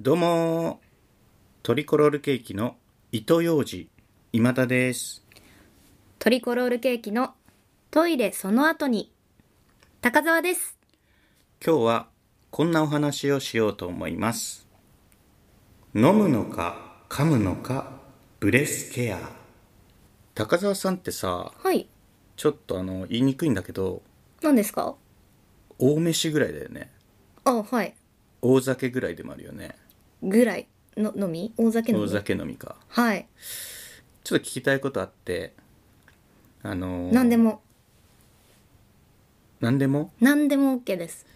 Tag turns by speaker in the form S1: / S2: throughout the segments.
S1: どうもートリコロールケーキの糸ようじ今田です
S2: トリコロールケーキのトイレその後に高澤です
S1: 今日はこんなお話をしようと思います飲むのか噛むのかブレスケア高澤さんってさ
S2: はい
S1: ちょっとあの言いにくいんだけど
S2: 何ですか
S1: 大飯ぐらいだよね
S2: あはい
S1: 大酒ぐらいでもあるよね
S2: ぐらいののみ大酒のみ
S1: 大酒飲みか
S2: はい
S1: ちょっと聞きたいことあってあのー
S2: 何でも
S1: 何でも
S2: 何でも OK です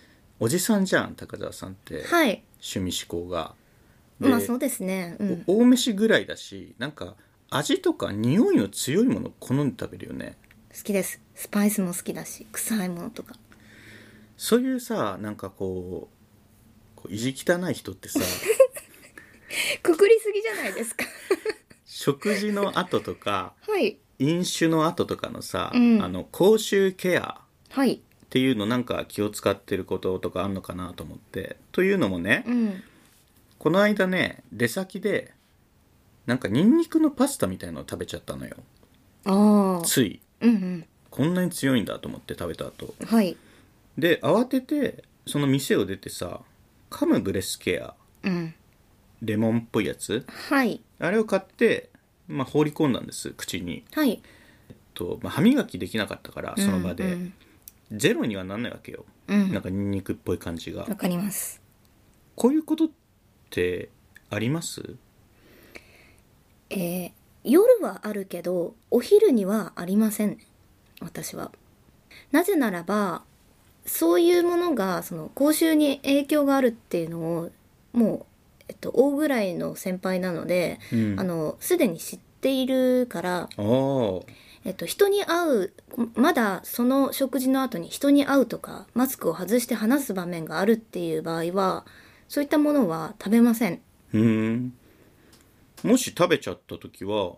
S1: おじさんじゃん高澤さんって
S2: はい
S1: 趣味嗜好が。で
S2: まあそうですねうん
S1: お大飯ぐらいだしなんか味とか匂いの強いもの好んで食べるよね
S2: 好きですスパイスも好きだし臭いものとか
S1: そういうさなんかこうこう意地汚い人 ってさ
S2: くくりすぎじゃないですか
S1: 食事の後とか
S2: はい
S1: 飲酒の後とかのさ、
S2: うん
S1: あの口臭ケア
S2: はい
S1: っていうのなんか気を使ってることとかあんのかなと思ってというのもね、
S2: うん
S1: この間ね出先でなんかニンニクのパスタみたいのを食べちゃったのよ
S2: ああ
S1: つい
S2: うん
S1: こんなに強いんだと思って食べた後
S2: うんはい
S1: で慌ててその店を出てさカムブレスケア
S2: うん
S1: レモンっぽいやつ
S2: はい
S1: あれを買って、まあ、放り込んだんです口に、
S2: はい
S1: とまあ、歯磨きできなかったからその場で、
S2: うん
S1: ゼロにはなんないわけよ、
S2: うんうん
S1: なんかニンニクっぽい感じが、
S2: わかります
S1: こういうことってあります
S2: えー夜はあるけどお昼にはありません私はなぜならばそういうものがその口臭に影響があるっていうのをもう、えっと、大ぐらいの先輩なので、
S1: うん
S2: あのすでに知っているから、
S1: あー
S2: えっと、人に会うまだその食事の後に人に会うとかマスクを外して話す場面があるっていう場合はそういったものは食べません
S1: うーんもし食べちゃった時は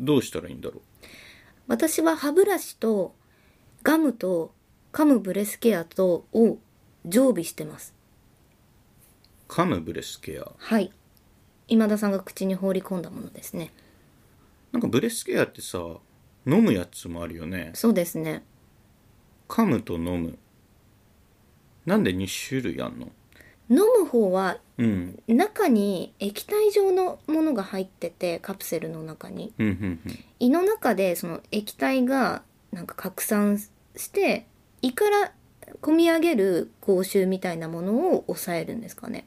S1: どうしたらいいんだろ
S2: 私は歯ブラシとガムとカムブレスケアとを常備してます
S1: うカムブレスケア
S2: はい今田さんが口に放り込んだものですね
S1: なんかブレスケアってさ飲むやつもあるよね
S2: そうですね
S1: 噛むと飲むなんで2種類あんの
S2: 飲む方は
S1: うん
S2: 中に液体状のものが入っててカプセルの中に
S1: うんうんうん
S2: 胃の中でその液体がなんか拡散して胃から込み上げる口臭みたいなものを抑えるんですかね、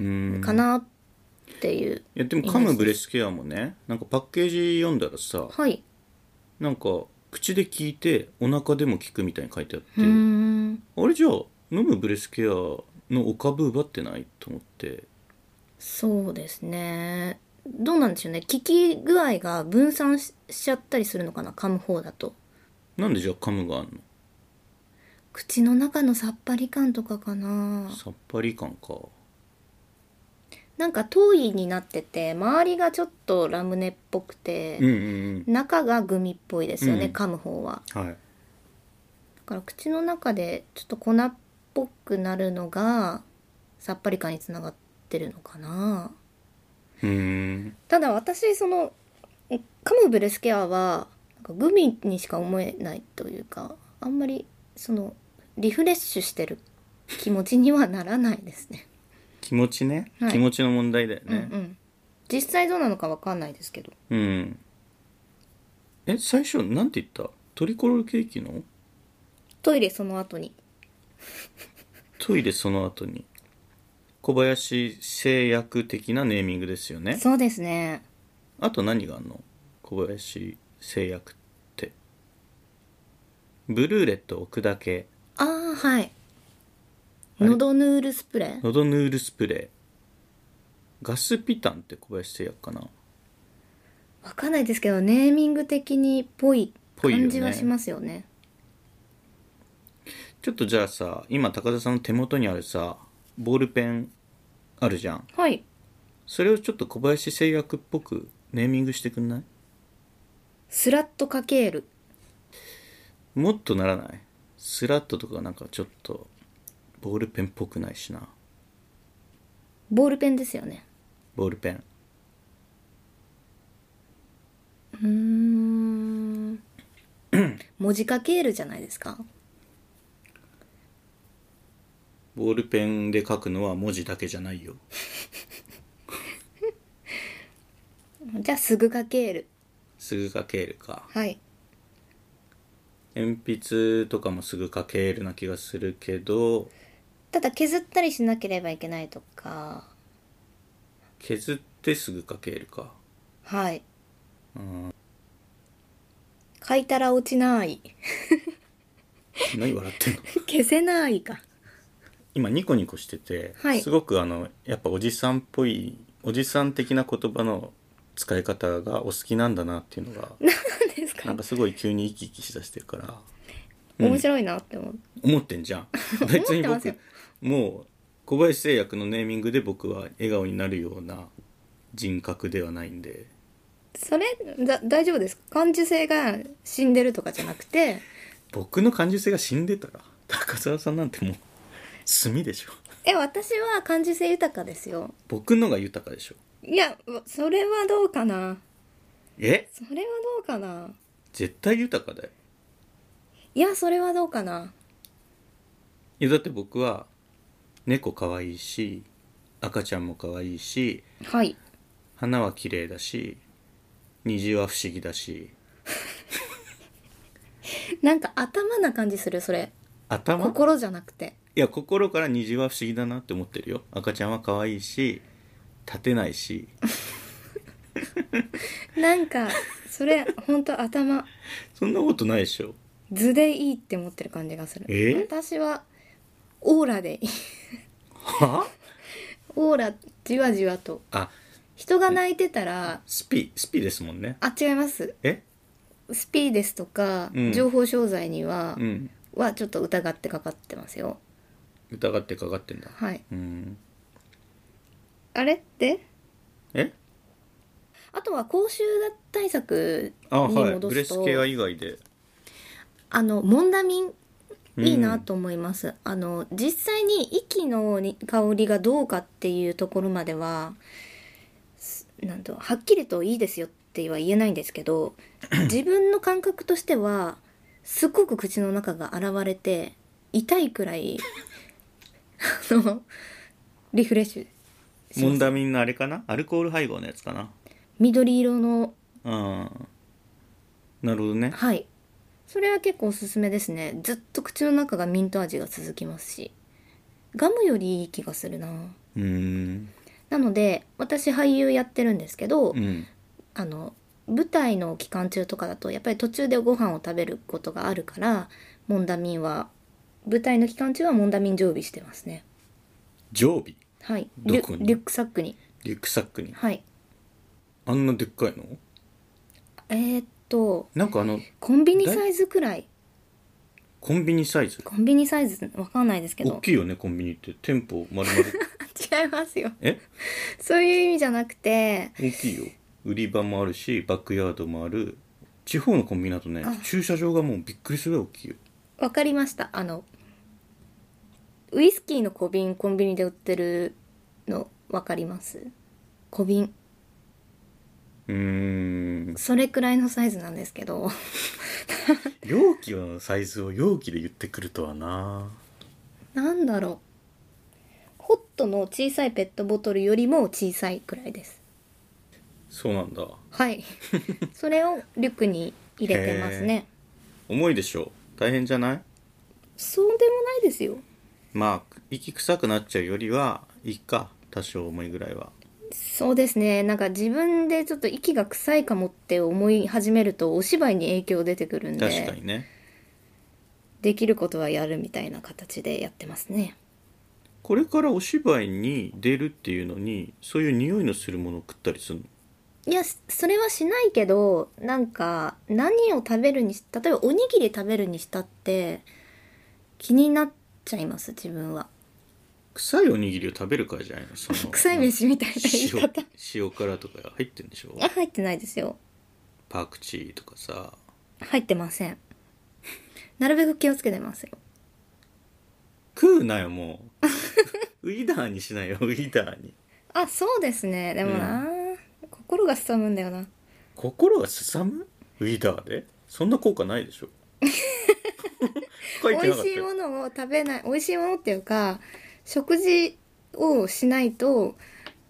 S1: うーん
S2: かなっていう
S1: いやでも噛むブレスケアもねなんかパッケージ読んだらさ
S2: はい
S1: なんか口で効いてお腹でも効くみたいに書いてあって
S2: うーん
S1: あれじゃあ飲むブレスケアのお株奪ってないと思って
S2: そうですねどうなんでしょうね効き具合が分散ししちゃったりするのかな噛む方だと
S1: なんでじゃあ噛むがあんの
S2: 口の中のさっぱり感とかかな
S1: さっぱり感か
S2: なんか遠いになってて周りがちょっとラムネっぽく
S1: うん
S2: て、
S1: うんうん
S2: 中がグミっぽいですよね、
S1: うん
S2: 噛む方は
S1: はい
S2: だから口の中でちょっと粉っぽくなるのがさっぱり感につながってるのかな
S1: うーん
S2: ただ私そのえカムブレスケアはなんかグミにしか思えないというかあんまりそのリフレッシュしてる気持ちにはならないですね
S1: 気持ちね、
S2: はい
S1: 気持ちの問題だ よね、
S2: うんうん実際どうなのかわかんないですけど
S1: うん。え、最初、なんて言ったトリコロールケーキの
S2: トイレその後に
S1: トイレその後に。小林製薬的なネーミングですよね。
S2: そうですね
S1: あと何があんの小林製薬って。ブルーレット置くだけ。
S2: ああはい
S1: あれ
S2: 喉ヌールスプレー
S1: 喉ヌールスプレー。ガスピタンって小林製薬かな
S2: わかんないですけどネーミング的にっぽい
S1: ぽいよね
S2: 感じはしますよね
S1: ちょっとじゃあさ、今高田さんの手元にあるさ、ボールペンあるじゃん。
S2: はい
S1: それをちょっと小林製薬っぽくネーミングしてくんない
S2: スラッとかける
S1: もっとならないスラットとかなんかちょっとボールペンっぽくないしな
S2: ボールペンですよね
S1: ボールペン
S2: うーん文字書けるじゃないですか
S1: ボールペンで書くのは文字だけじゃないよ
S2: じゃあすぐ書ける
S1: すぐ書けるか
S2: はい
S1: 鉛筆とかもすぐ書けるな気がするけど
S2: ただ削ったりしなければいけないとか
S1: 削ってすぐ書けるか
S2: はい書いたら落ちない
S1: 何笑ってん の
S2: 消せないか
S1: 今ニコニコしてて、
S2: はい
S1: すごくあのやっぱおじさんっぽいおじさん的な言葉の使い方がお好きなんだなっていうのが
S2: 何です
S1: なんか
S2: か
S1: すごい急に生き生きしだしてるから
S2: 面白いなって思う、
S1: 思ってんじゃん 別に
S2: 思ってますよ
S1: 僕もう小林製薬のネーミングで僕は笑顔になるような人格ではないんで
S2: それだ大丈夫ですか感受性が死んでるとかじゃなくて
S1: 僕の感受性が死んでたら高澤さんなんてもう炭でしょ
S2: え私は感受性豊かですよ
S1: 僕のが豊かでしょ
S2: いやそれはどうかな
S1: え
S2: それはどうかな
S1: 絶対豊かだよ
S2: いやそれはどうかない
S1: やだって僕は猫可愛いし赤ちゃんも可愛いし
S2: はい
S1: 花は綺麗だし虹は不思議だし
S2: なんか頭な感じするそれ
S1: 頭
S2: 心じゃなくて
S1: いや心から虹は不思議だなって思ってるよ赤ちゃんは可愛いし立てないし
S2: なんか それほんと頭
S1: そんなことないでしょ
S2: 図でいいって思ってる感じがする
S1: え
S2: 私はオーラでいい
S1: は
S2: オーラじわじわと
S1: あ
S2: 人が泣いてたら
S1: スピスピですもんね
S2: あ違います
S1: え
S2: スピーですとか、
S1: うん
S2: 情報商材には、
S1: うん
S2: はちょっと疑ってかかってますよ
S1: 疑ってかかってんだ
S2: はい
S1: うん
S2: あれって
S1: え
S2: あとは公衆対策
S1: あ
S2: に
S1: はい
S2: 戻
S1: ブレ
S2: す
S1: ス
S2: と
S1: ケア以外で
S2: あのモンダミン
S1: うん
S2: いいなと思います、あの実際に息のに香りがどうかっていうところまではすなんとはっきりといいですよっては言えないんですけど自分の感覚としてはすっごく口の中が洗われて痛いくらいあのリフレッシュ
S1: モンダミンのあれかなアルコール配合のやつかな
S2: 緑色の
S1: うんなるほどね
S2: はいそれは結構おすすめですねずっと口の中がミント味が続きますしガムよりいい気がするな
S1: うーん
S2: なので私俳優やってるんですけど、
S1: うん
S2: あの舞台の期間中とかだとやっぱり途中でご飯を食べることがあるからモンダミンは舞台の期間中はモンダミン常備してますね
S1: 常備
S2: はい
S1: ど
S2: リ
S1: こ
S2: ュ
S1: に
S2: リュックサックに
S1: リュックサックに
S2: はい
S1: あんなでっかいの
S2: えー、っと
S1: なんかあの
S2: コンビニサイズくらい
S1: コンビニサイズ
S2: コンビニサイズわかんないですけ
S1: 大
S2: ど
S1: きいよねコンビニって店舗丸 々
S2: 違いますよ
S1: え
S2: そういう意味じゃなくて
S1: 大きいよ売り場もあるしバックヤードもある地方のコンビニだとね
S2: あ
S1: 駐車場がもうびっくりするぐらい大きいよ
S2: わかりましたあのウイスキーの小瓶コンビニで売ってるのわかります小瓶
S1: うーん
S2: それくらいのサイズなんですけど
S1: 容器のサイズを容器で言ってくるとはな
S2: なんだろうホットの小さいペットボトルよりも小さいくらいです
S1: そうなんだ
S2: はい それをリュックに入れてますね
S1: 重いでしょ大変じゃない
S2: そうでもないですよ
S1: まあ息臭くなっちゃうよりはいいか多少重いぐらいは
S2: そうですねなんか自分でちょっと息が臭いかもって思い始めるとお芝居に影響出てくるんで
S1: 確かにね
S2: できることはやるみたいな形でやってますね
S1: これからお芝居に出るっていうのにそういう匂いのするものを食ったりするの
S2: いやそそれはしないけどなんか何を食べるにし例えばおにぎり食べるにしたって気になっちゃいます自分は
S1: 臭いおにぎりを食べるからじゃないのその
S2: 臭い飯みたいな言い
S1: 塩
S2: 方
S1: 塩辛とか入ってんでしょ
S2: あ入ってないですよ
S1: パクチーとかさ
S2: 入ってませんなるべく気をつけてますよ
S1: 食うなよもう ウィダーにしないよウィダーに
S2: あそうですねでもな、心がすさむんだよな
S1: 心がすさむウィダーでそんな効果ないでし ょ書いて
S2: 美
S1: なかった
S2: 味しいも
S1: よ
S2: のを食べない美味しいものっていうか食事をしないと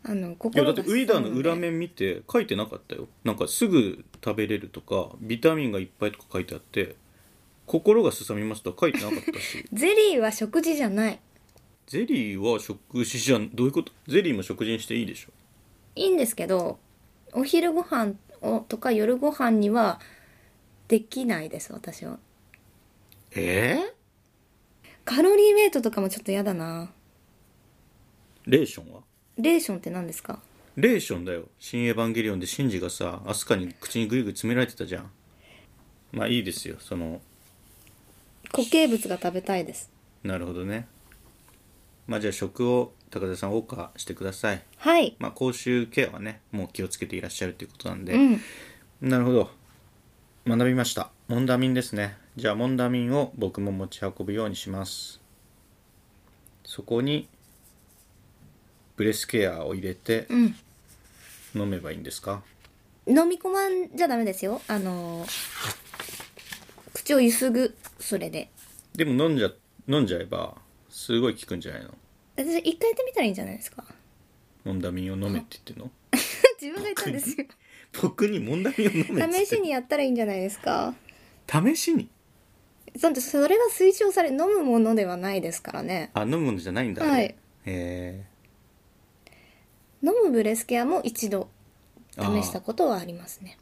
S2: あの
S1: いや
S2: 心
S1: だって
S2: が
S1: ウ
S2: すさむ
S1: ィダーの裏
S2: で
S1: 面見て書いてなかったよなんかすぐ食べれるとかビタミンがいっぱいとか書いてあって心がすさみますとは書いてなかったし
S2: ゼリーは食事じゃない
S1: ゼリーは食事じゃんどういうことゼリーも食事にしていいでしょ
S2: いいんですけどお昼ご飯をとか夜ご飯にはできないです私は
S1: ええ
S2: カロリーメイトとかもちょっと嫌だな
S1: レーションは
S2: レーションって何ですか
S1: レーションだよ「新エヴァンゲリオン」でシンジがさアスカに口にグイグイ詰められてたじゃんまあいいですよその
S2: 固形物が食べたいです
S1: なるほどねまあじゃあ食を高田さん謳歌してください
S2: はい
S1: まあ口臭ケアはねもう気をつけていらっしゃるということなんで、
S2: うん
S1: なるほど学びましたモンダミンですねじゃあモンダミンを僕も持ち運ぶようにしますそこにブレスケアを入れて
S2: うん
S1: 飲めばいいんですか、
S2: 飲み込まんじゃダメですよあのー口をゆすぐそれで
S1: でも飲んじゃ飲んじゃえばすごい効くんじゃないの
S2: 私一回やってみたらいいんじゃないですか
S1: モンダミンを飲めって言ってんの
S2: 自分が言ったんですよ
S1: 僕にモンダミンを飲めって
S2: 試しにやったらいいんじゃないですか
S1: 言って試しに
S2: だってそれが推奨され飲むものではないですからね
S1: あ飲むものじゃないんだ、あれ
S2: はい
S1: へ
S2: 飲むブレスケアも一度
S1: えあー
S2: 試したことはありますね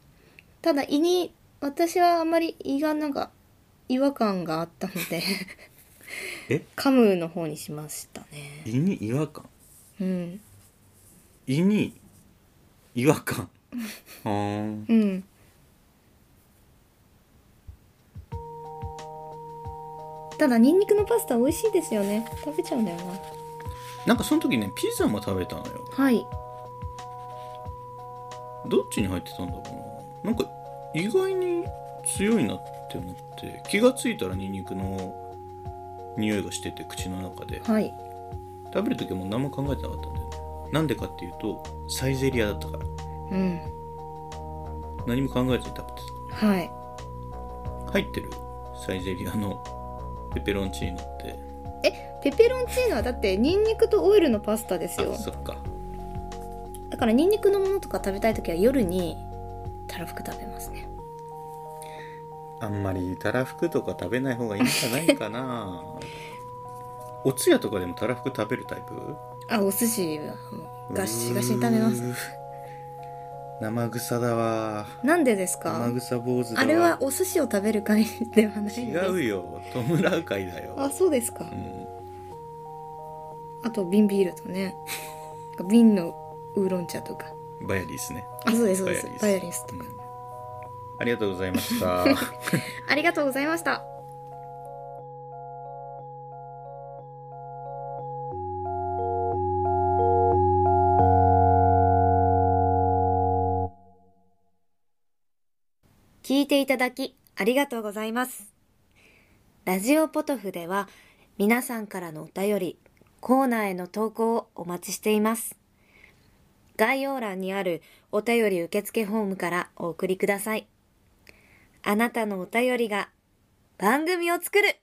S2: ただ胃に私はあまり胃がなんか違和感があったので
S1: え
S2: カムの方にしましたね
S1: 胃に違和感
S2: うん
S1: 胃に違和 感あー
S2: うんただニンニクのパスタ美味しいですよね食べちゃうんだよな
S1: なんかその時ねピザも食べたのよ
S2: はい
S1: どっちに入ってたんだろうななんか意外に強いなって思って気がついたらニンニクの匂いがしてて口の中で
S2: はい
S1: 食べる時はもう何も考えてなかったんだよねなんでかっていうとサイゼリアだったから
S2: うん
S1: 何も考えずに食べて
S2: はい
S1: た入ってるサイゼリアのペペロンチーノって
S2: ペペロンチーノはだってニンニクとオイルのパスタですよ
S1: あそっか
S2: だからニンニクのものとか食べたい時は夜にたらふく食べますね
S1: あんまりたらふくとか食べない方がいいんじゃないかな お通夜とかでもたらふく食べるタイプ
S2: あお寿司はもうガシガシに食べます
S1: うー生臭だわ
S2: なんでですか
S1: 生臭坊主だわ
S2: あれはお寿司を食べる会ではないんです
S1: 違うよ弔う会だ
S2: あ
S1: よ、
S2: そうですか
S1: うん、
S2: あと瓶ビールとね瓶のウーロン茶とか
S1: バヤリースね
S2: あそうですそうです
S1: バ
S2: バ
S1: ヤ
S2: イ
S1: リー
S2: オリン
S1: ス
S2: スとか、
S1: ありがとうございました
S2: ありがとうございました聞いていただきありがとうございますラジオポトフでは皆さんからのお便りコーナーへの投稿をお待ちしています概要欄にあるお便り受付フォームからお送りくださいあなたのお便りが番組を作る